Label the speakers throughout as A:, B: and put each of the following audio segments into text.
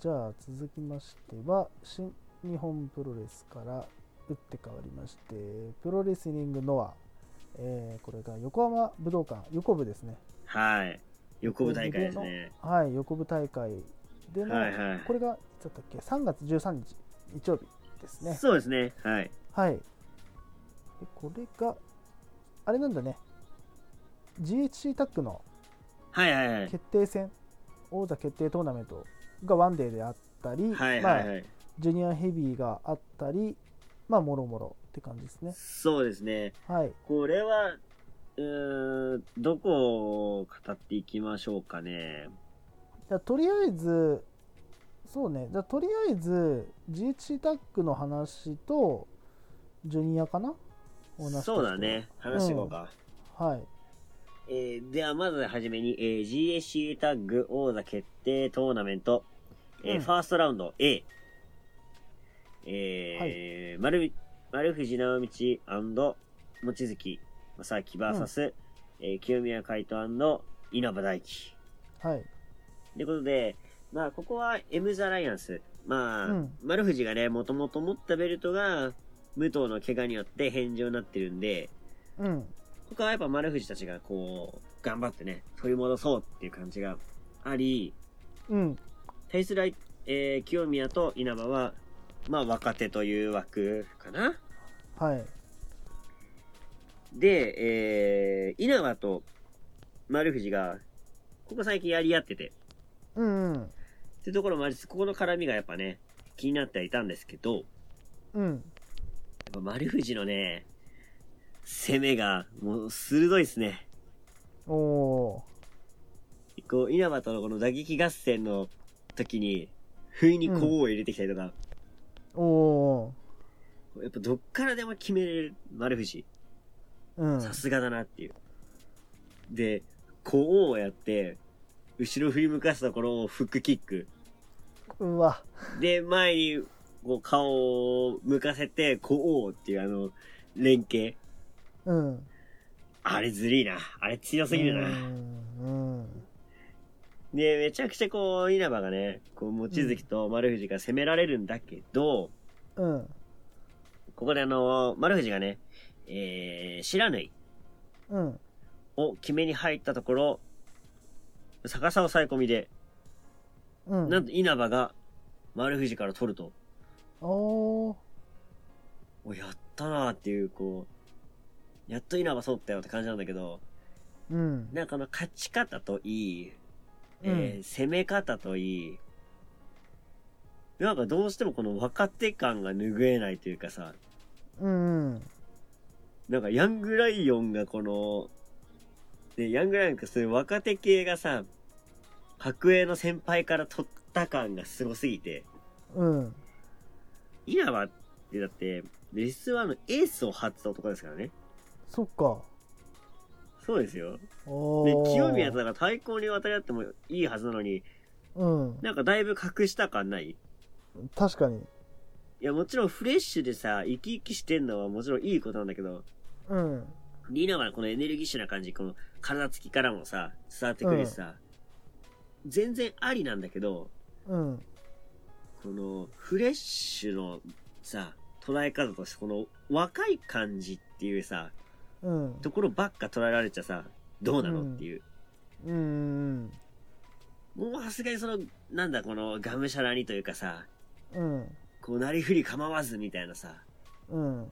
A: じゃあ続きましては新日本プロレスから打って変わりましてプロレスリングノア、えーこれが横浜武道館横部ですね
B: はい。横部大会ですね。
A: はい横部大会での、
B: はいはい
A: これがいつだったっけ3月13日日曜日ですね
B: そうですね。はい。
A: はいでこれがあれなんだね GHC タッグの
B: はいはいはい。
A: 決定戦王座決定トーナメントがワンデーであったり、
B: はいはい
A: まあ、
B: はい。
A: ジュニアヘビーがあったりまあもろもろって感じですね
B: そうですね。
A: はい
B: これは、うーん、どこを語っていきましょうかね。
A: じゃあとりあえずそうねじゃあとりあえず GHC タッグの話とジュニアかなお話として
B: そうだね。話していこうか。
A: はい
B: えーではまずはじめに、えー GAC タッグ王座決定トーナメント、えー
A: うん
B: ファーストラウンド A、えー丸み丸藤直道望月正明 VS、えー清宮海斗稲葉大輝。
A: はい
B: ということで、まあ、ここは M ザ・アライアンス。まあ、
A: うん
B: 丸藤がね、もともと持ったベルトが、武藤の怪我によって返上になってるんで、
A: うん
B: 僕はやっぱ丸藤たちがこう、頑張ってね、取り戻そうっていう感じがあり、
A: うん
B: 対する相、えー、清宮と稲葉は、まあ若手という枠かな。
A: はい
B: で、えー、稲葉と丸藤が、ここ最近やり合ってて、
A: うんうん
B: っていうところもありつつ、ここの絡みがやっぱね、気になってはいたんですけど、やっ
A: うん
B: ぱ丸藤のね、攻めが、もう鋭いですね。
A: おお
B: こう、稲葉とのこの打撃合戦の時に、不意にこうを入れてきたりとか、
A: ーお
B: やっぱどっからでも決めれる丸藤。
A: ーうん
B: さすがだなっていう。で、こうをやって、後ろ振り向かすところをフックキック。
A: うわ
B: で、前に、こう顔を向かせて、こうっていうあの、連携。
A: うん
B: あれずるいな。あれ強すぎるな。
A: うんうん
B: で、めちゃくちゃこう、稲葉がね、こう、望月と丸藤が攻められるんだけど、
A: うん
B: ここであの、丸藤がね、えー、知らぬい
A: うん
B: を決めに入ったところ、逆さ抑え込みで、
A: うん
B: なんと稲葉が丸藤から取ると、
A: おー
B: お、やったなーっていう、こう、やっと稲葉そうったよって感じなんだけど、
A: うん
B: なんかあの勝ち方といい、
A: うん
B: えー攻め方といい、なんかどうしてもこの若手感が拭えないというかさ、
A: うんうん
B: なんかヤングライオンがこの、ね、ヤングライオンがそういう若手系がさ、白栄の先輩から取った感がすごすぎて、
A: うん
B: 稲葉ってだって、実質はあのエースを張ってた男ですからね。
A: そっか
B: そうですよ。
A: お
B: で
A: ー、
B: 清宮となんか対抗に渡り合ってもいいはずなのに、
A: うん
B: なんかだいぶ隠した感ないい
A: 確かに
B: や、もちろんフレッシュでさ、生き生きしてんのはもちろんいいことなんだけど、
A: うん
B: リーナはこのエネルギッシュな感じ、この体つきからもさ、伝わってくるしさ、全然ありなんだけど、
A: うん
B: このフレッシュのさ、捉え方として、この若い感じっていうさ、
A: うん
B: ところばっか捉えられちゃさ、どうな
A: う
B: の
A: ん
B: っていう。
A: うんうん
B: もうさすがにその、なんだこのがむしゃらにというかさ、
A: うん
B: こうなりふり構わずみたいなさ、
A: うん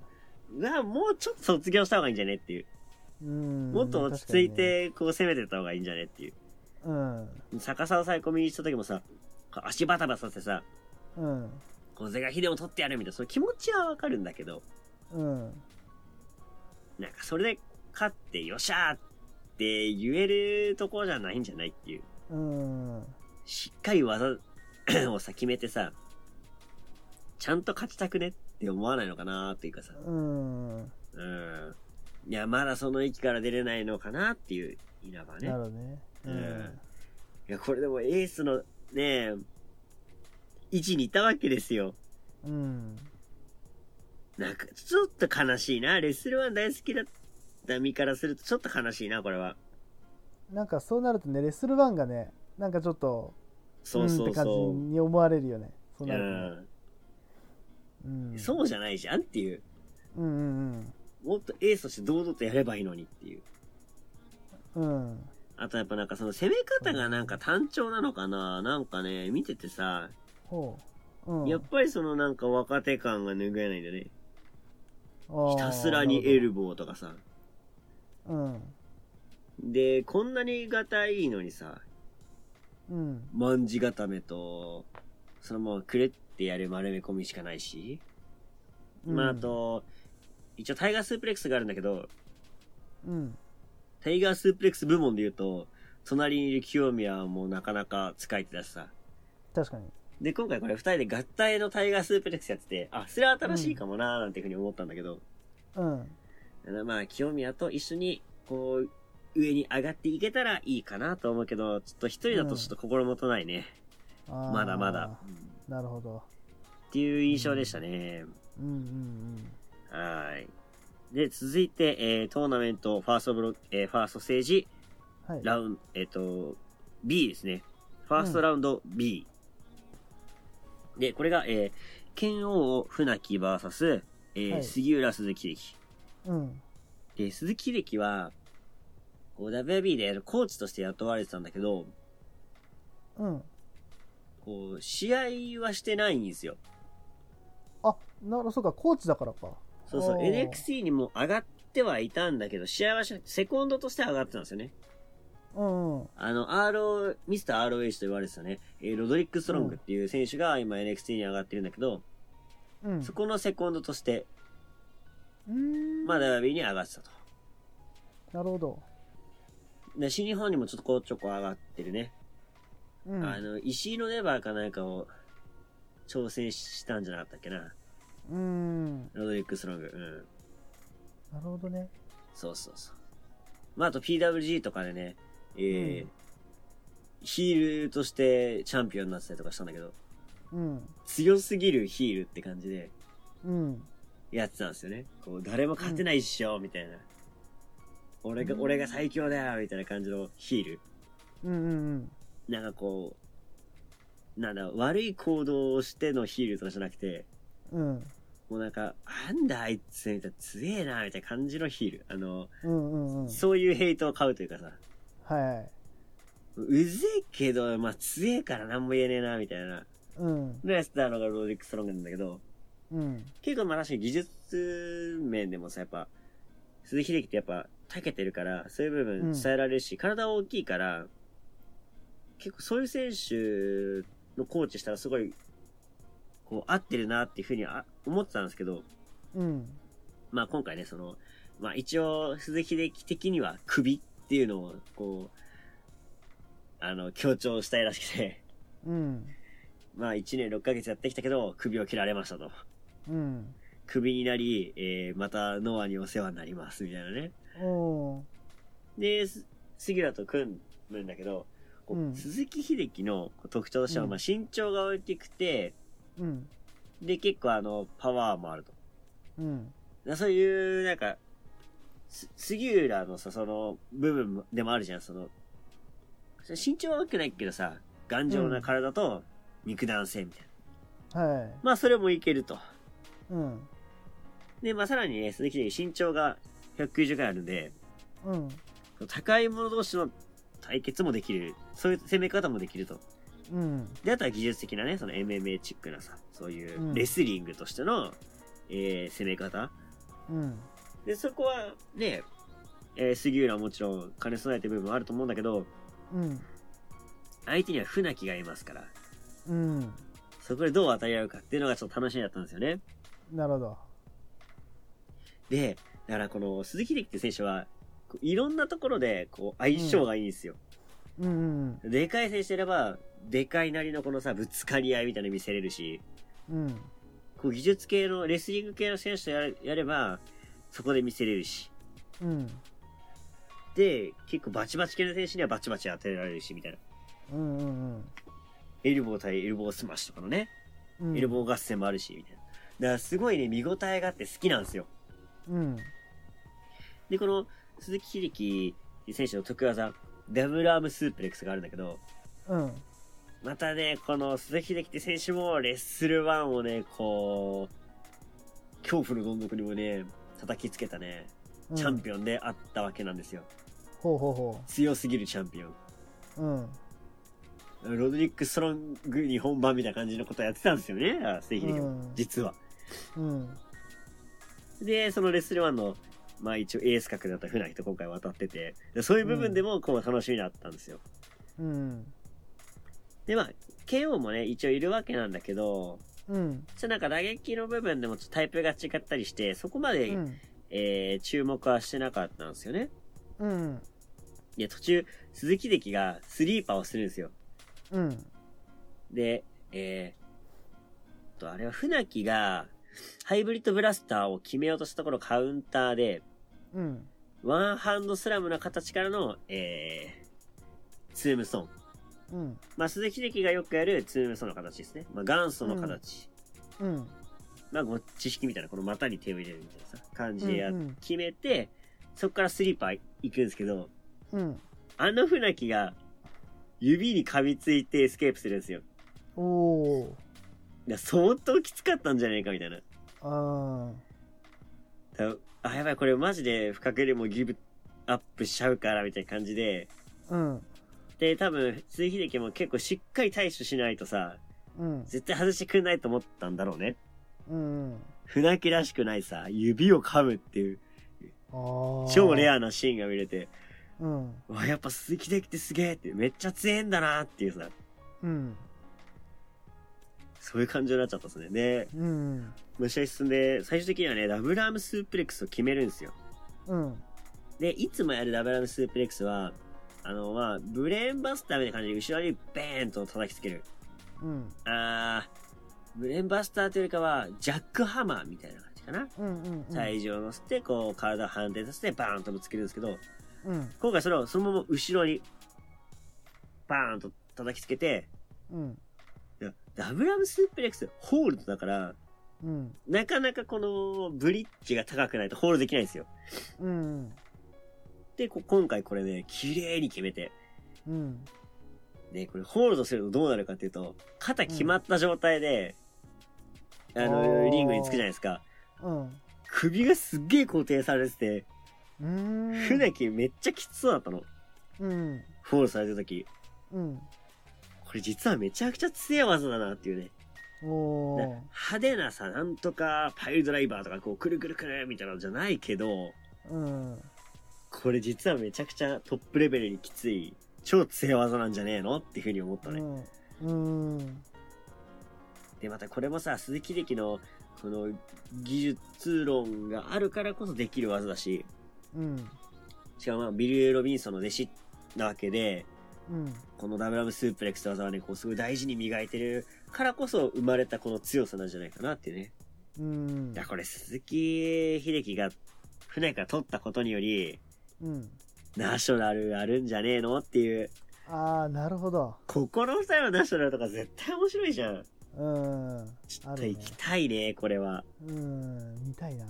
B: がもうちょっと卒業した方がいいんじゃねっていう。
A: うん
B: もっと落ち着いて、こう攻めてった方がいいんじゃねっていう。
A: 確かにね
B: 逆さを抑え込みにした時もさ、こう足バタバタさせてさ、
A: うん
B: こう是が非でも取ってやるみたいな、その気持ちはわかるんだけど、
A: うんうん
B: なんかそれで勝ってよっしゃーって言えるところじゃないんじゃないっていう。
A: うん
B: しっかり技 をさ、決めてさ、ちゃんと勝ちたくねって思わないのかなーっていうかさ。
A: うん
B: うん。いや、まだその域から出れないのかなっていう、稲葉ね
A: な。るほどねうん
B: いや、これでもエースのね、位置にいたわけですよ。
A: うん
B: なんか、ちょっと悲しいな。レッスルワン大好きだった身からすると、ちょっと悲しいな、これは。
A: なんかそうなるとねレッスルワンがねなんかちょっと
B: そう
A: うん
B: そ
A: って
B: う
A: 感じ
B: そ。
A: に思われるよね。そうう
B: う
A: なる
B: ん。
A: とね、うん、
B: そうじゃないじゃんっていう。
A: うんうん
B: もっとエースとして堂々とやればいいのにっていう。
A: うんうん
B: あとやっぱなんかその攻め方がなんか単調なのかななんかね、見ててさ、
A: ほう、うん、
B: やっぱりそのなんか若手感が拭えないんだよね。
A: あー
B: ひたすらにエルボーとかさ。
A: なるほどうん
B: で、こんなにがたいいのにさ、
A: うん
B: 万字固めと、そのままくれってやる丸め込みしかないし。
A: うん
B: まああと、一応タイガースープレックスがあるんだけど、
A: うん
B: タイガースープレックス部門で言うと、隣にいる清宮はもうなかなか使い手だしさ。
A: 確かに
B: で、今回これ二人で合体のタイガースープレックスやってて、あ、それは新しいかもなーなんていうふうに思ったんだけど、
A: うん
B: まあ、清宮と一緒に、こう、上に上がっていけたらいいかなと思うけど、ちょっと一人だとちょっと心もとないね。
A: あー
B: まだまだ。
A: なるほど
B: っていう印象でしたね。
A: うんうん
B: はーい。で、続いて、えートーナメント、ファーストブロック、えーファーストステージ、
A: うんはい
B: ラウンド、えっ、と、B ですね。ファーストラウンド B。で、これが、えー、剣王船木 VS、えー
A: はい
B: 杉浦鈴木秀樹。
A: うん
B: で、鈴木秀樹は、こう WB でコーチとして雇われてたんだけど、
A: うん
B: こう、試合はしてないんですよ。
A: あなるほどそうかコーチだからか
B: そうそう、
A: あー
B: NXT にも上がってはいたんだけど、試合はしなくて、セコンドとして上がってたんですよね。
A: うんうん
B: あの、RO、ミスター ROH と言われてたね、えーロドリック・ストロングっていう選手が今 NXT に上がってるんだけど、
A: うん
B: そこのセコンドとして、
A: うん
B: まあ WB に上がってたと。
A: なるほど
B: で、新日本にもちょっとこうちょこ上がってるね。
A: うん
B: あの、石井のネバーかなんかを挑戦したんじゃなかったっけな。
A: うん
B: ロドリック・ストロング。うん。
A: なるほどね
B: そうそうそう。まあ、あと PWG とかでね、えー
A: うん
B: ヒールとしてチャンピオンになってたりとかしたんだけど、
A: うん
B: 強すぎるヒールって感じで
A: うん
B: やってたんですよね。こう、誰も勝てないっしょ、みたいな。俺が、
A: うん
B: 俺が最強だよ、みたいな感じのヒール。
A: うんうん
B: なんかこう、なんだ、悪い行動をしてのヒールとかじゃなくて、
A: うんうん
B: もうなんか、なんだあいつ、みたいな、強えな、みたいな感じのヒール。あの、
A: うんうんうん
B: そういうヘイトを買うというかさ、
A: は
B: うぜえけど、まあ、強えから何も言えねえな、みたいな。
A: いうん
B: のやってたのがローディック・ストロングなんだけど、
A: うん
B: 結構まあ確かに技術面でもさ、やっぱ、鈴木秀樹ってやっぱ、たけてるから、そういう部分伝えられるし、体大きいから、結構そういう選手のコーチしたらすごい、こう、合ってるなっていうふうにあ思ってたんですけど、
A: うん
B: まあ今回ね、その、まあ一応、鈴木秀樹的には首っていうのを、こう、あの、強調したいらしくて、
A: うん
B: まあ1年6ヶ月やってきたけど、首を切られましたと。
A: うん
B: クビになり、えーまたノアにお世話になります、みたいなね。
A: おー
B: で、す杉浦と組むんだけど、こう
A: うん
B: 鈴木秀樹の特徴としては、
A: うん
B: まあ身長が大きくて、
A: うん
B: で、結構あの、パワーもあると。
A: うん
B: だそういう、なんか、す杉浦のさ、その、部分もでもあるじゃん、その、それ身長は大きくないけどさ、頑丈な体と肉弾性みたいな。
A: は
B: まあ、それもいけると。
A: いうん
B: で、まあ、さらにね、鈴木秀樹身長が190くらいあるんで、
A: うん
B: 高い者同士の対決もできる。そういう攻め方もできると。
A: うん
B: で、あとは技術的なね、その MMA チックなさ、そういううんレスリングとしての、えー攻め方。
A: うん
B: で、そこはね、えー杉浦はもちろん兼ね備えてる部分もあると思うんだけど、
A: うん
B: 相手には船木がいますから、
A: うん
B: そこでどう当たり合うかっていうのがちょっと楽しみだったんですよね。
A: なるほど
B: で、だからこの鈴木秀樹って選手は、こういろんなところでこう相性がいいんですよ。
A: うんうん
B: でかい選手であれば、でかいなりのこのさ、ぶつかり合いみたいなの見せれるし、
A: うん
B: こう技術系の、レスリング系の選手とやれやれば、そこで見せれるし。
A: うん
B: で、結構バチバチ系の選手にはバチバチ当てられるし、みたいな。
A: うんうん
B: エルボー対エルボースマッシュとかのね、
A: うん
B: エルボー合戦もあるし、みたいな。だからすごいね、見応えがあって好きなんですよ。
A: うん
B: で、この、鈴木秀樹選手の得意技、ダブルアームスープレックスがあるんだけど、
A: うん
B: ままたね、この鈴木秀樹って選手もレッスル1をね、こう、恐怖のどん底にもね、叩きつけたね、
A: うん
B: チャンピオンであったわけなんですよ。
A: ほうほうほ
B: 強すぎるチャンピオン。
A: う。うん。
B: ロドリック・ストロング日本版みたいな感じのことやってたんですよね、鈴木秀樹も、
A: うん
B: 実は。
A: うん。
B: で、そのレッスル1の、まあ一応エース格だった船木と今回渡ってて、でそういう部分でもこう楽しみだったんですよ。
A: うん。
B: で、まあ、KO もね、一応いるわけなんだけど、
A: うん。
B: ちょっとなんか打撃の部分でもちょっとタイプが違ったりして、そこまで、
A: うん。
B: えー注目はしてなかったんですよね。
A: うん。
B: で、途中、鈴木関がスリーパーをするんですよ。
A: うん。
B: で、えー、と、あれは船木が、ハイブリッドブラスターを決めようとしたところカウンターで、
A: うん。
B: ワンハンドスラムの形からの、えー、ツームソン。
A: うん。
B: まあ、鈴木関がよくやるツームソンの形ですね。まあ、元祖の形。
A: うん。
B: まあ、ごっち式みたいな、この股に手を入れるみたいなさ、感じでや
A: うんうん
B: 決めて、そこからスリーパー行くんですけど、
A: うん。
B: あの船木が、指に噛みついてエスケープするんですよ。
A: おお
B: いや、相当きつかったんじゃないかみたいな。
A: ー。あ
B: だあ、やばい、これマジで深くよりもギブアップしちゃうから、みたいな感じで。
A: あ。うん。
B: で、多分、鈴木秀樹も結構しっかり対処しないとさ、
A: うん。
B: 絶対外してくんないと思ったんだろうね。
A: うん。
B: 船木らしくないさ、指を噛むっていう、
A: ああ。
B: 超レ。アなシーンが見れて、
A: うん。
B: うわ、やっぱ鈴木できてすげえって、めっちゃ強えんだなっていうさ、
A: うん。
B: そういう感じになっちゃったですね。で、
A: うん。
B: まあ試合進んで、最終的にはね、ダブルアームスープレックスを決めるんですよ。
A: うん。
B: で、いつもやるダブルアームスープレックスは、あの、まあ、ブレーンバスターみたいな感じで後ろにベーンと叩きつける。
A: うん。
B: あー、ブレーンバスターというよりかは、ジャックハマーみたいな感じかな。
A: うん。うん。
B: 体重を乗せて、こう、体を反転させて、バーンとぶつけるんですけど、
A: うん。
B: 今回それをそのまま後ろに、バーンと叩きつけて、
A: うん。
B: いやダブルアームスープレックス、ホールドだから、
A: うん。
B: なかなかこのブリッジが高くないとホールドできないんですよ。
A: うん。
B: で、こ今回これね、綺麗に決めて。
A: うん。
B: で、これホールドするとどうなるかっていうと、肩決まった状態で、あ
A: あ
B: の、
A: ー
B: リングにつくじゃないですか。
A: うん。
B: 首がすっげえ固定されてて、
A: うん。
B: 船木めっちゃきつそうだったの。
A: うん。
B: ホールドされた時。
A: うん。
B: これ実はめちゃくちゃ強い技だなっていうね。
A: お
B: な
A: お。
B: 派手なさ、なんとかパイルドライバーとかこう、くるくるくるみたいなのじゃないけど、
A: うん。
B: これ実はめちゃくちゃトップレベルにきつい、超強い技なんじゃねえのっていうふうに思ったね。
A: うん。うん。
B: で、またこれもさ、鈴木秀樹の、この、技術論があるからこそできる技だし、
A: うん。
B: しかもまあビル・ロビンソンの弟子なわけで、
A: うん。
B: このダブラブスープレックス技はね、こうすごい大事に磨いてるからこそ生まれたこの強さなんじゃないかなっていうね。
A: うん
B: いや、。これ鈴木秀樹が船から取ったことにより、
A: うん。
B: ナショナルあるんじゃねえのっていう、
A: ああ、なるほど。
B: ここの二人のナショナルとか絶対面白いじゃん。
A: うん。
B: ちょ
A: あ
B: っと
A: るね
B: 行きたいね、これは。
A: うん。見たいな。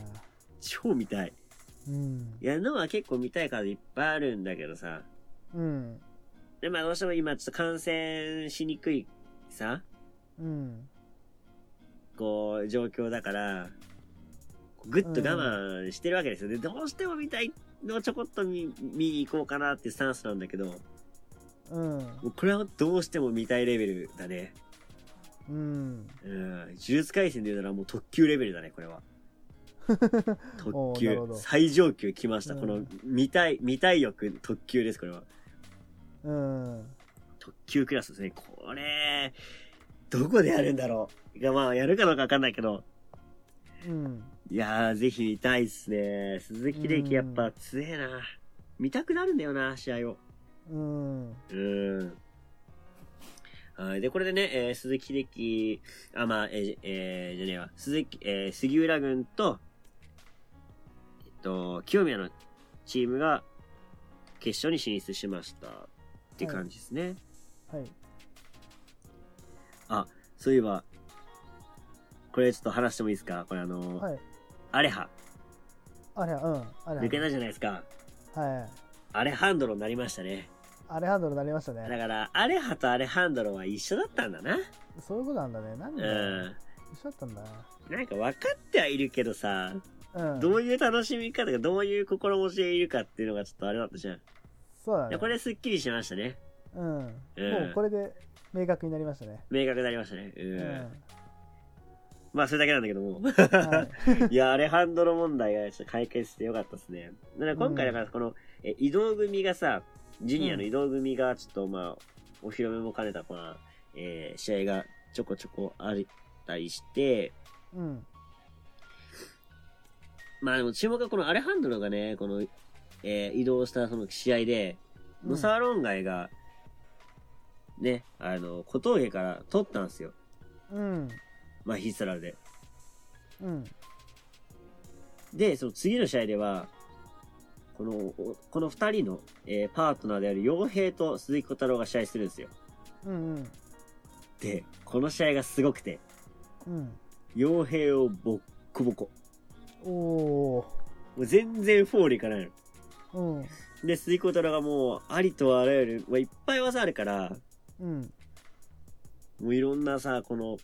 B: 超見たい。
A: うん
B: い。や、のは結構見たいからいっぱいあるんだけどさ。
A: うん。
B: で、まあどうしても今ちょっと感染しにくいさ、
A: うん。
B: こう、状況だから、ぐっと我慢してるわけですよ。で、どうしても見たいのをちょこっと見見に行こうかなっていうスタンスなんだけど、も
A: うん。
B: うこれはどうしても見たいレベルだね。
A: うん。
B: うん。呪術回戦で言うならもう特級レベルだね、こ れは。
A: お
B: 特
A: ーな
B: 級
A: るほ。ど
B: 最上級来ました。
A: うん
B: この、見たい、見たい欲特級です、これは。
A: うん。
B: 特急クラスですね。これ、どこでやるんだろう。いや、まあ、やるかどうかわかんないけど。
A: うん。
B: いやー、ぜひ見たいっすね。鈴木玲樹やっぱ強えな。見たくなるんだよな、試合を。
A: うん。
B: うーん。はい。で、これでね、えー鈴木秀樹、あ、まあ、えーえーじゃねえわ。鈴木、えー杉浦軍と、えっと、清宮のチームが決勝に進出しました。っていう感じですね。
A: はい。
B: あ、そういえば、これちょっと話してもいいですかこれあの、
A: はい。
B: アレハ、
A: あれ、うん。あれ。
B: 抜けたじゃないですか。
A: はい。
B: アレハンドロになりましたね。
A: アレハンドロになりました
B: だ
A: ね。
B: から、アレハとアレハンドロは一緒だったんだな。
A: そういうことなんだね。なん
B: う
A: で
B: ん。
A: 一緒だったんだな。
B: なんか分かってはいるけどさ、
A: うん。
B: どういう楽しみ方が、どういう心持ちでいるかっていうのがちょっとあれだったじゃん。い
A: そうだね
B: や、。これすっきりしましたね。
A: うん。も
B: うん
A: うこれで明確になりましたね。
B: 明確になりましたね。うん。
A: うん。
B: まあ、それだけなんだけども。
A: はい
B: いや、アレハンドロ問題がちょっと解決してよかったですね。だから今回だからこの、え移動組がさ、ジュニアの移動組がちょっとまあ、お披露目も兼ねた、まあ、えー試合がちょこちょこあったりして、
A: うん。
B: まあでも注目はこのアレハンドロがね、この、えー移動したその試合で、
A: う
B: ノ
A: ん
B: サーロンガイが、ね、あの、小峠から取ったんですよ。
A: うん。
B: まあ、ヒースラルで。
A: うん。
B: で、その次の試合では、この、おこの二人の、えーパートナーである洋平と鈴木小太郎が試合するんですよ。
A: うん。うん。
B: で、この試合がすごくて、
A: うん。
B: 洋平をボッコボコ。
A: おー。
B: もう全然フォールいかないの。
A: うん。
B: で、鈴木小太郎がもう、ありとあらゆる、まあ、いっぱい技あるから、
A: うん。
B: もういろんなさ、この、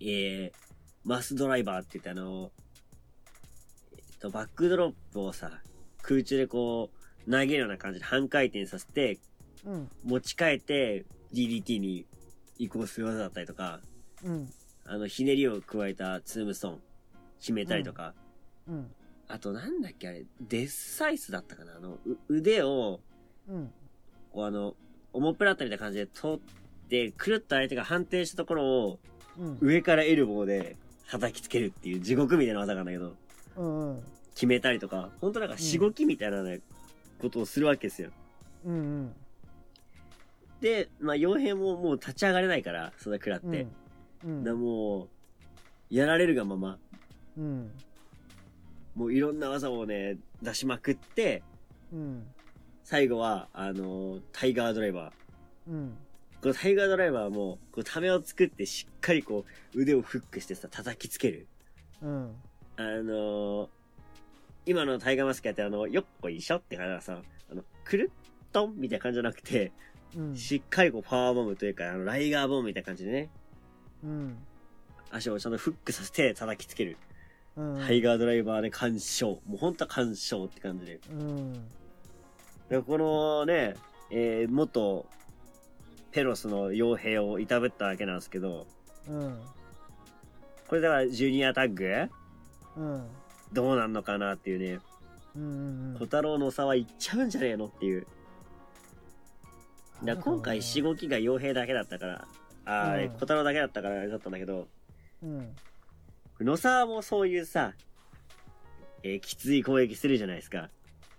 B: えー、マスドライバーって言ってあの、えっと、バックドロップをさ、空中でこう、投げるような感じで半回転させて、
A: うん。
B: 持ち替えて DDT に移行する技だったりとか、
A: うん。
B: あの、ひねりを加えたツームストーン、決めたりとか、
A: うん。
B: あとなんだっけあれ、デッサイスだったかなあの、う腕を、
A: うん。
B: こうあの、オモプラットみたいな感じで取って、くるっと相手が反転したところを、
A: うん。
B: 上からエルボーで叩きつけるっていう地獄みたいな技なんだけど、
A: うん。うん。
B: 決めたりとか、ほんとなんかしごきみたいなね、ことをするわけですよ。
A: うん。
B: で、まあ、傭兵ももう立ち上がれないから、そんな食らって。
A: うん。うん。
B: なもう、やられるがまま、
A: うん。
B: もういろんな技をね、出しまくって、
A: うん。
B: 最後は、あのータイガードライバー。
A: うん。
B: このタイガードライバーも、こう、ためを作ってしっかりこう、腕をフックしてさ、叩きつける。
A: うん。
B: あのー今のタイガーマスクやってあの、よっこいしょって感じはさ、あの、くるっとんみたいな感じじゃなくて、
A: うん。
B: しっかりこう、パワーボムというか、あの、ライガーボムみたいな感じでね、
A: うん。
B: 足をちゃんとフックさせて叩きつける。
A: うん。
B: タイ。ガードライバーで完勝。もうほんと完勝って感じで。
A: うん。
B: でこのね、えー元ペロスの傭兵をいたぶったわけなんですけど、
A: うん。
B: これだからジュニアタッグ
A: うん。
B: どうなんのかなっていうね、
A: うん。
B: 小太郎の差はいっちゃうんじゃねえのっていう。だから今回し
A: 事。
B: ごきが傭兵だけだったから、あー、
A: うん
B: 小太郎だけだったからあれだったんだけど、
A: うん。
B: 野沢もそういうさ、えーきつい攻撃するじゃないですか。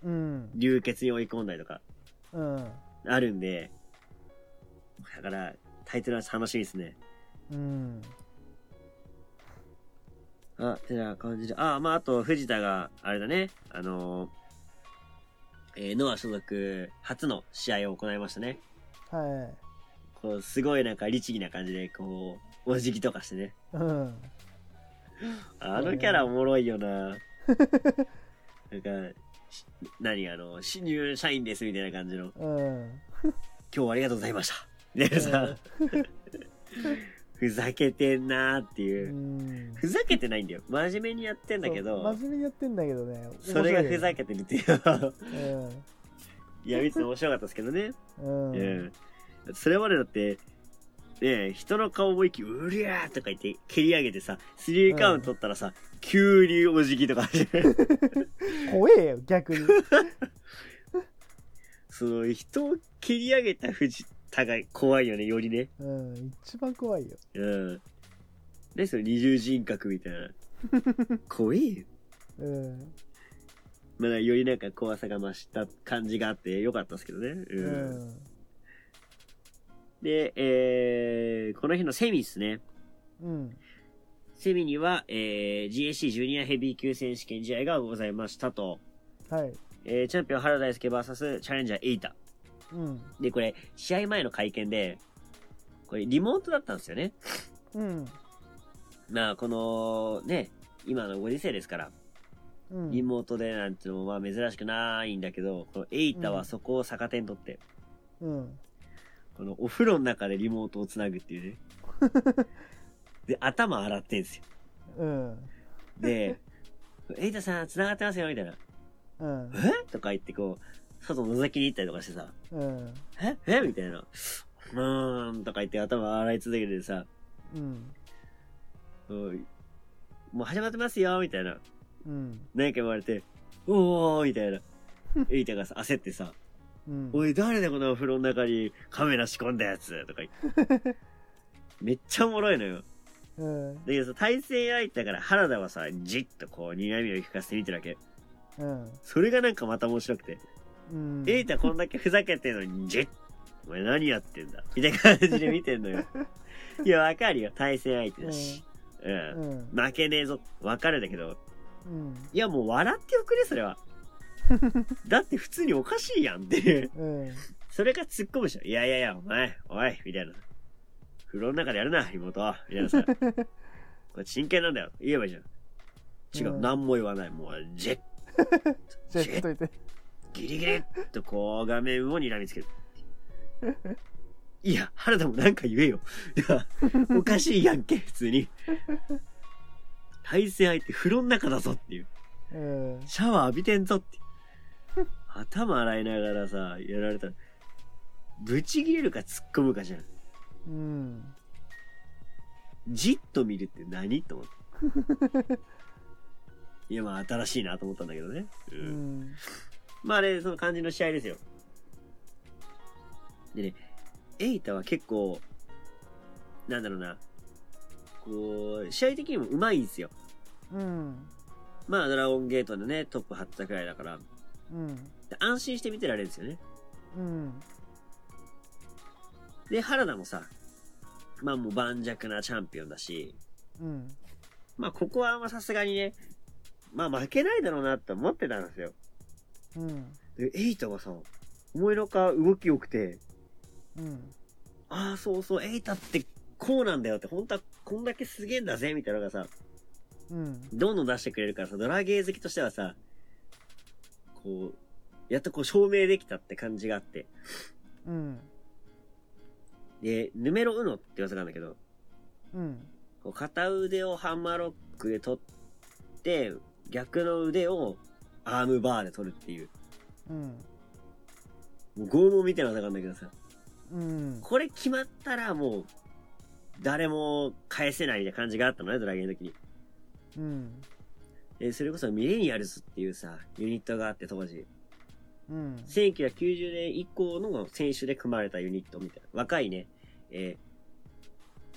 A: うん。
B: 流血に追い込んだりとか、
A: うん。
B: あるんで、だから、タイトルは楽しみですね。
A: うん。
B: あ、てな感じで。あ、まあ、あと、藤田が、あれだね、あのーえーノア所属初の試合を行いましたね。
A: は
B: こう、すごいなんか、律儀な感じで、こう、お辞儀とかしてね。
A: い。うん。
B: あのキャラおもろいよ な。なんか、し何あの、新入社員ですみたいな感じの、
A: うん。
B: 今日はありがとうございました。みたいなさ、ふざけてんなーって
A: う
B: いう。
A: ん。
B: ふざけてないんだよ。真面目にやってんだけ
A: そう
B: ど、
A: 真面目にやってんだけどね。
B: それがふざけてるっていう。
A: てる。
B: いや、見てて面白かったですけどね。
A: うん。うん。
B: ええそれまでだって、ねえ、人の顔思いっきり、うりゃーとか言って蹴り上げてさ、スリーカウント取ったらさ、急にお辞儀とか始める。
A: 怖えよ、逆に。
B: その、人を蹴り上げた藤田が怖いよね、よりね。
A: うん。一番怖いよ。
B: うん。ね、その二重人格みたいな。怖いよ。
A: うん。
B: まだよりなんか怖さが増した感じがあってよかったですけどね。う。
A: うんん。
B: で、えー、この日のセミですね。
A: うん。
B: セミには、えー、GAC ジュニアヘビー級選手権試合がございましたと。
A: はい。
B: えー、チャンピオン原大輔 VS チャレンジャーエイタ。
A: うん。
B: で、これ、試合前の会見で、これ、リモートだったんですよね。
A: うん。
B: まあ、この、ね、今のご時世ですから、
A: うん。
B: リモートでなんてのもまあ珍しくないんだけど、このエイタはそこを逆手にとって、
A: うん。
B: このお風呂の中でリモートをつなぐっていうね。 で、頭洗ってんすよ。
A: うん。
B: で、エイタさん、繋がってますよ、みたいな。
A: うん。
B: えとか言ってこう、外覗きに行ったりとかしてさ、
A: うん。
B: ええみたいな。うーん、とか言って頭洗い続けてさ、
A: うん。
B: うんもう始まってますよ、みたいな。
A: うん。
B: 何か言われて、おー、みたいな。エイタがさ、焦ってさ、
A: うん。
B: おい、誰だこのお風呂の中にカメラ仕込んだやつとか言って。 めっちゃおもろいのよ。
A: うん。
B: だけどさ、対戦相手だから原田はさ、じっとこう、睨みを聞かせてみてるわけ。
A: うん。
B: それがなんかまた面白くて。
A: うん。
B: エイタこんだけふざけてんのに、じっお前何やってんだみたいな感じで見てん のよ。いや、わかるよ。対戦相手だし。
A: う
B: う。
A: んん。
B: 負けねえぞ。わかるんだけど。
A: うん。
B: いや、もう笑っておくれ、そ れは。だって普通におかしいやんっていう。
A: うん。
B: それが突っ込むでしょ。いやいやいや、お前、おい、みたいな。風呂の中でやるな、妹は。みたい なさ。これ真剣なんだよ。言えばいいじゃん。違う、
A: うん
B: 何も言わない。もう、ジェ ッ、
A: じゃあ、ちょっといて。
B: ギリギリっとこう、画面を睨みつける。いや、原田もなんか言えよ。いや、おかしいやんけ、普通 に。対戦相手、風呂の中だぞっていう。
A: うん。
B: シャワー浴びてんぞって。頭洗いながらさ、やられたら、ブチ切れるか突っ込むかじゃん。
A: うん。
B: じっと見るって何と思って。いや、まあ、新しいなと思ったんだけどね。う。
A: うんん。
B: まあ、あれ、その感じの試合ですよ。でね、エイタは結構、なんだろうな、こう、試合的にも上手いんですよ。
A: うん。
B: まあ、ドラゴンゲートのね、トップ張ったくらいだから、
A: うん。
B: で安心して見てられるんですよね。
A: うん。
B: で、原田もさ、まあもう盤石なチャンピオンだし、
A: うん。
B: まあここはまあさすがにね、まあ負けないだろうなって思ってたんですよ。
A: うん。
B: で、エイタがさ、思いのほか動き良くて、
A: うん。
B: ああ、そうそう、エイタってこうなんだよって、本当はこんだけすげえんだぜ、みたいなのがさ、
A: うん。
B: どんどん出してくれるからさ、ドラゲー好きとしてはさ、こう、やっとこう証明できたって感じがあって。
A: うん。
B: で、ヌメロウノって技なんだけど、
A: うん。
B: こう片腕をハンマーロックで取って、逆の腕をアームバーで取るっていう。
A: うん。
B: もう拷問みたいな技なんだけどさ。
A: うん。
B: これ決まったらもう、誰も返せないみたいな感じがあったのね、ドラゲンの時に。
A: うん。
B: で、それこそミレニアルズっていうさ、ユニットがあって当時。
A: うん。
B: 1990年以降の選手で組まれたユニットみたいな。若いね、え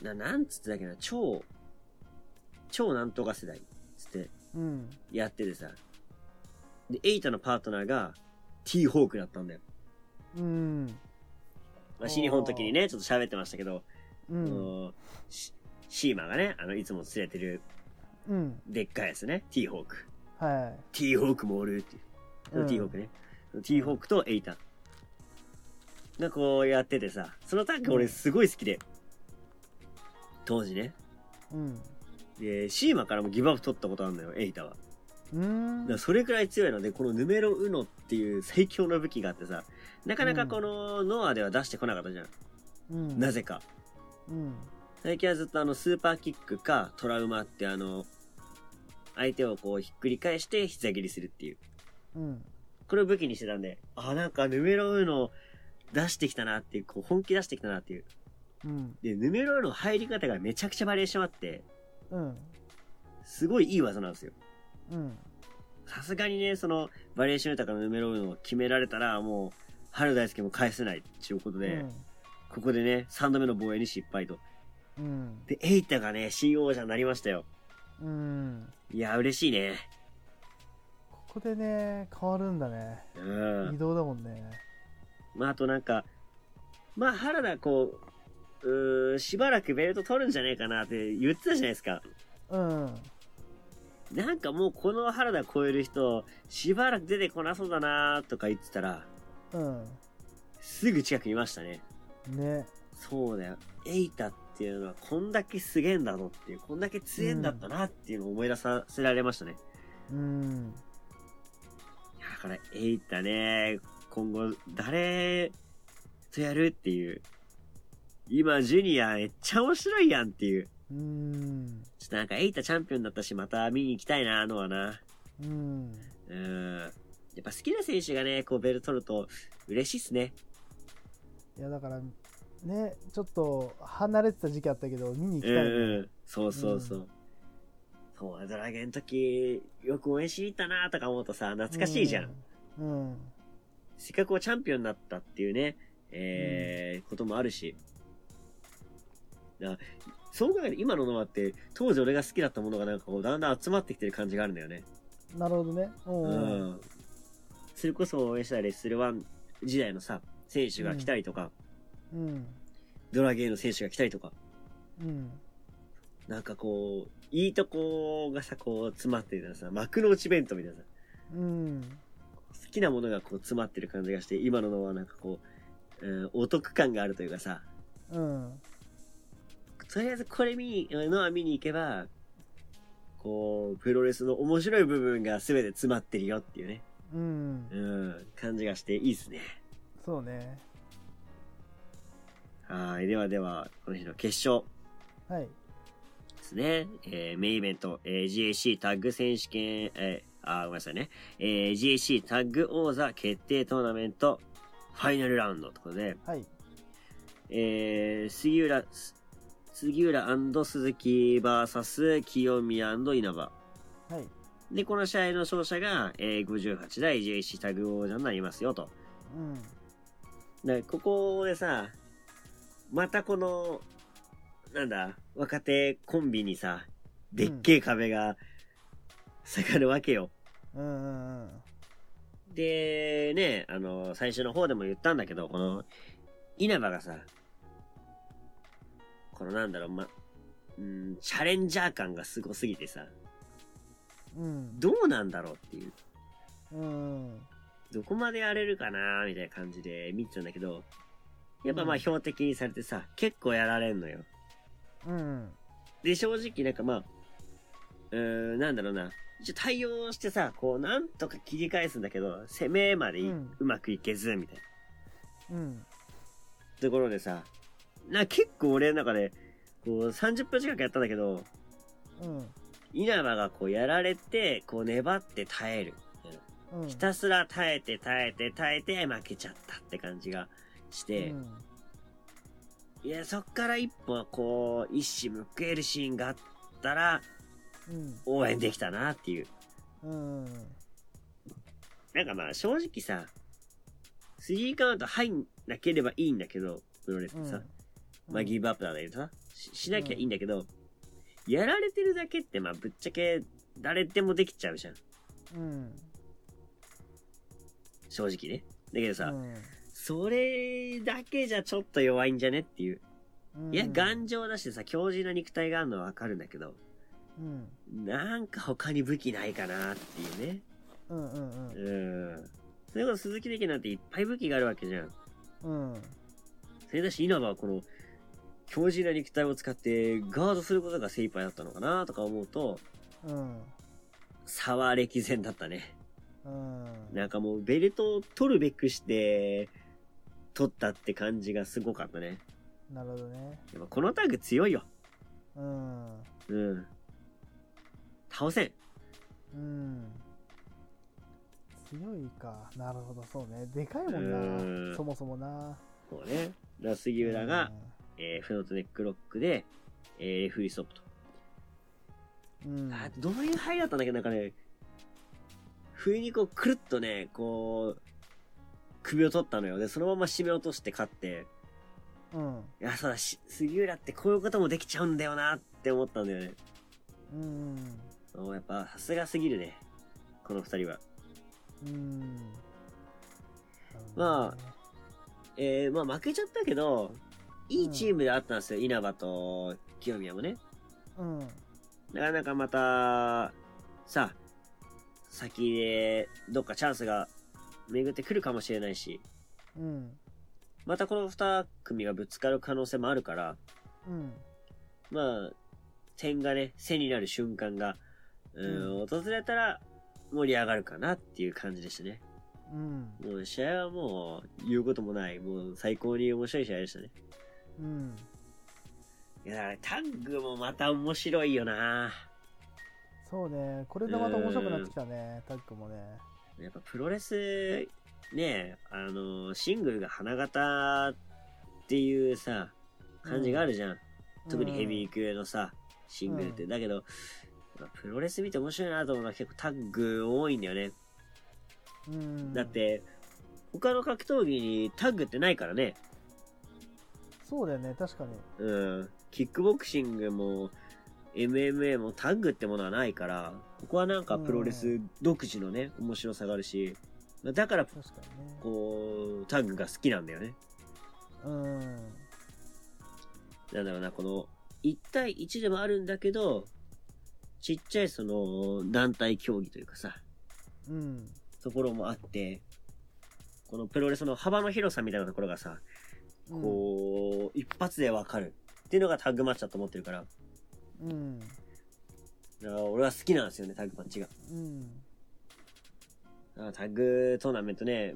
B: ーな、なんつってたっけな、超、超なんとか世代。つって、
A: うん。
B: やっててさ。で、エイタのパートナーが T ホークだったんだよ。
A: うん。
B: まあ、新日本の時にね、ちょっと喋ってましたけど、
A: う
B: あ
A: ん。
B: のシシーマがね、あの、いつも連れてる
A: うん。
B: でっかいやつね、T ホーク。
A: は
B: T ホークもおるっていう。
A: うん
B: T ホークね。T ホークとエイタがこうやっててさ、そのタッグ俺すごい好きで、当時ね。
A: い。うん。
B: で、シーマからもギブアップ取ったことあるんだよ、エイタは。
A: うーん
B: だからそれくらい強いので、このヌメロウノっていう最強の武器があってさ、なかなかこのノアでは出してこなかったじゃん。
A: うん。
B: なぜか。
A: うん。
B: 最近はずっとあのスーパーキックかトラウマってあの、相手をこうひっくり返して膝切りするっていう。
A: うん。
B: これを武器にしてたんで、あ、なんかヌメロウノ出してきたなっていう、こう本気出してきたなっていう。
A: うん。
B: で、ヌメロウノ入り方がめちゃくちゃバリエーションあって、
A: うん。
B: すごいいい技なんですよ。
A: うん。
B: さすがにね、その、バリエーション豊かなヌメロウノを決められたら、もう、春大輔も返せないっていうことで、ここでね、3度目の防衛に失敗と。
A: うん。
B: で、エイタがね、新王者になりましたよ。
A: うん。
B: いや、嬉しいね。
A: ここでね、変わるんだね。
B: う
A: 移
B: ん。
A: 動だもんね。
B: まあ、あとなんか、まあ、原田、こう、うーしばらくベルト取るんじゃねえかなって言ってたじゃないですか。
A: うん。
B: なんかもうこの原田超える人、しばらく出てこなそうだなとか言ってたら、
A: うん。
B: すぐ近くにいましたね。
A: ね。
B: そうだよ。エイタっていうのはこんだけすげえんだぞっていう、こんだけ強えんだったなっていうのを思い出させられましたね。
A: うん。
B: だから、エイタね、今後、誰とやるっていう。今、ジュニアめっちゃ面白いやんっていう。
A: うん
B: ちょっとなんか、エイタチャンピオンだったし、また見に行きたいな、のはな。
A: うん
B: うん。やっぱ好きな選手がね、こうベルト取ると嬉しいっすね。
A: いやだからねちょっと離れてた時期あったけど見に行き
B: うん
A: たいね、
B: うん。そうそうそう。そう、ドラゲンの時、よく応援しに行ったなとか思うとさ、懐かしいじゃん。
A: うん、うん
B: せっかくこうチャンピオンになったっていうね、えーこともあるし。だそう考えると今のノアって、当時俺が好きだったものがなんかこう、だんだん集まってきてる感じがあるんだよね。
A: なるほどねうん
B: う
A: うん
B: ん。それこそ応援したレッスルワン時代のさ、選手が来たりとか、
A: うん、
B: ドラゲーの選手が来たりとか、
A: うん、
B: なんかこう、いいとこがさ、こう詰まってるようなさ、幕の内弁当みたいなさ、
A: うん、
B: 好きなものがこう詰まってる感じがして、今ののはなんかこう、うん、お得感があるというかさ、
A: うん、
B: とりあえずこれ見に、のは見に行けば、こう、プロレスの面白い部分が全て詰まってるよっていうね、
A: うん
B: う、ん、感じがしていいですね。
A: そうね。
B: はい、ではでは、この日の決勝。
A: はい。
B: ですね。えーメインイベント、えー GAC タッグ選手権、えーあー、ごめんなさいね。えー GAC タッグ王座決定トーナメント、ファイナルラウンドということで、
A: はい。
B: えー杉浦、す杉浦鈴木 VS 清宮稲葉。
A: はい。
B: で、この試合の勝者が、えー58代 GAC タッグ王者になりますよと。
A: うん。
B: で、ここでさ、またこの、なんだ、若手コンビにさ、でっけえ壁が、下がるわけよ。
A: うんうんうん。
B: で、ね、あの、最初の方でも言ったんだけど、この、稲葉がさ、このなんだろう、ま、うん、チャレンジャー感がすごすぎてさ、
A: うん。
B: どうなんだろうっていう、
A: うん。
B: どこまでやれるかなみたいな感じで見てたんだけど、やっぱまあ
A: うん
B: 標的にされてさ、結構やられんのよ。
A: うん。
B: で、正直なんかまあ、うーん、なんだろうな。一応対応してさ、こう、なんとか切り返すんだけど、攻めまでい
A: うん
B: うまくいけず、みたいな
A: うん。
B: ところでさ、な、結構俺の中で、こう、30分近くやったんだけど、
A: うん。
B: 稲葉がこう、やられて、こう、粘って耐える。
A: うん。
B: ひたすら耐えて耐えて耐えて負けちゃったって感じがして、
A: うん
B: いや、そっから一歩、こう、一矢報えるシーンがあったら、
A: うん。
B: 応援できたなっていう。
A: うん。
B: なんかまあ正直さ、スリーカウント入んなければいいんだけど、プロレスってさ、まあギブアップなんだけどさ、ししなきゃいいんだけど、やられてるだけってまあぶっちゃけ誰でもできちゃうじゃん。
A: うん。
B: 正直ね。だけどさ、
A: う
B: それだけじゃちょっと弱いんじゃねっていう。
A: ん。
B: いや、頑丈だしさ、強靭な肉体があるのはわかるんだけど、
A: うん。
B: なんか他に武器ないかなっていうね。
A: うんうんうん。
B: うん。それこそ鈴木力なんていっぱい武器があるわけじゃん。
A: うん。
B: それだし、稲葉はこの、強靭な肉体を使ってガードすることが精一杯だったのかなとか思うと、
A: うん。
B: 差は歴然だったね。
A: うん。
B: なんかもうベルトを取るべくして、取ったって感じがすごかったね。
A: なるほどね。
B: やっぱこのタッグ強いよ。
A: うん。
B: うん。倒せん。
A: うん。強いか。なるほど、そうね。でかいも
B: うんん
A: な。そもそもな。
B: そうね。だから杉浦が、えーフロントネックロックで、えー、レフリーストップと。
A: うん。
B: あどういう範囲だったんだっけなんかね、不意にこう、くるっとね、こう、首を取ったのよ。で、そのまま締め落として勝って、
A: うん。
B: いや、そうだ、し杉浦ってこういうこともできちゃうんだよなって思ったんだよね。
A: うん。
B: もうやっぱ、さすがすぎるね。この二人は。
A: うん。
B: まえー、まあ負けちゃったけど、いいチームであったんですよ。稲葉と清宮もね。
A: あ、うん。
B: なかなかまた、さ、先で、どっかチャンスが巡ってくるかもしれないし、
A: うん。
B: またこの二組がぶつかる可能性もあるから、
A: うん。
B: まあ、点がね、背になる瞬間が、うん、
A: う
B: 訪れたら盛り上がるかなっていう感じでしたね。
A: ううん
B: もう試合はもう言うこともない、もう最高に面白い試合でしたね。
A: うん
B: いや、だからタッグもまた面白いよな
A: そうねこれがまた面白くなってきたねタッグもね
B: やっぱプロレス、ねえ、あの、シングルが花形っていうさ、感じがあるじゃん。特にヘビ
A: ー
B: ー級のさ、シングルって。だけど、やっぱプロレス見て面白いなと思うのは結構タッグ多いんだよね。
A: うん
B: だって、他の格闘技にタッグってないからね。
A: そうだよね確かに
B: うん。キックボクシングも、MMA もタッグってものはないから、ここはなんかプロレス独自のね、面白さがあるし、だから、
A: 確かにね
B: こう、タッグが好きなんだよね。
A: うん
B: なんだろうな、この、1対1でもあるんだけど、ちっちゃいその、団体競技というかさ、
A: うん
B: ところもあって、このプロレスの幅の広さみたいなところがさ、こう、一発でわかるっていうのがタッグマッチだと思ってるから、
A: うんうん
B: だから俺は好きなんですよね、タッグマッチが。
A: うん
B: だからタッグトーナメントね、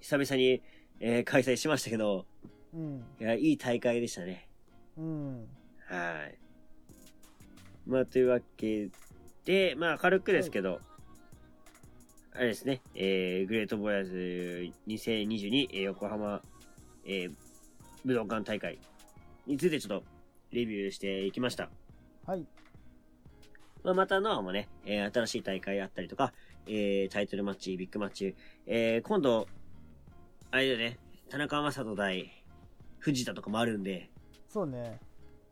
B: 久々に、えー開催しましたけど、
A: うん
B: いや、いい大会でしたね。
A: うん
B: はい。まあ、というわけで、まあ、軽くですけど、あれですね、えー、グレートボヤーズ2022、えー横浜、えー武道館大会についてちょっとレビューしていきました。
A: はい
B: まあ、またノアもね、えー新しい大会あったりとか、えータイトルマッチ、ビッグマッチ、えー今度、あれだよね、田中将人対藤田とかもあるんで、
A: そうね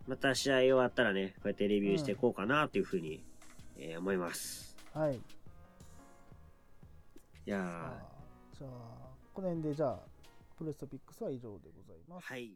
B: また試合終わったらね、こうやってレビューしていこうかなというふうに、えー思います。
A: はい
B: いやー
A: あーじゃあこの辺でじゃあプロレストピックスは以上でございます
B: はい。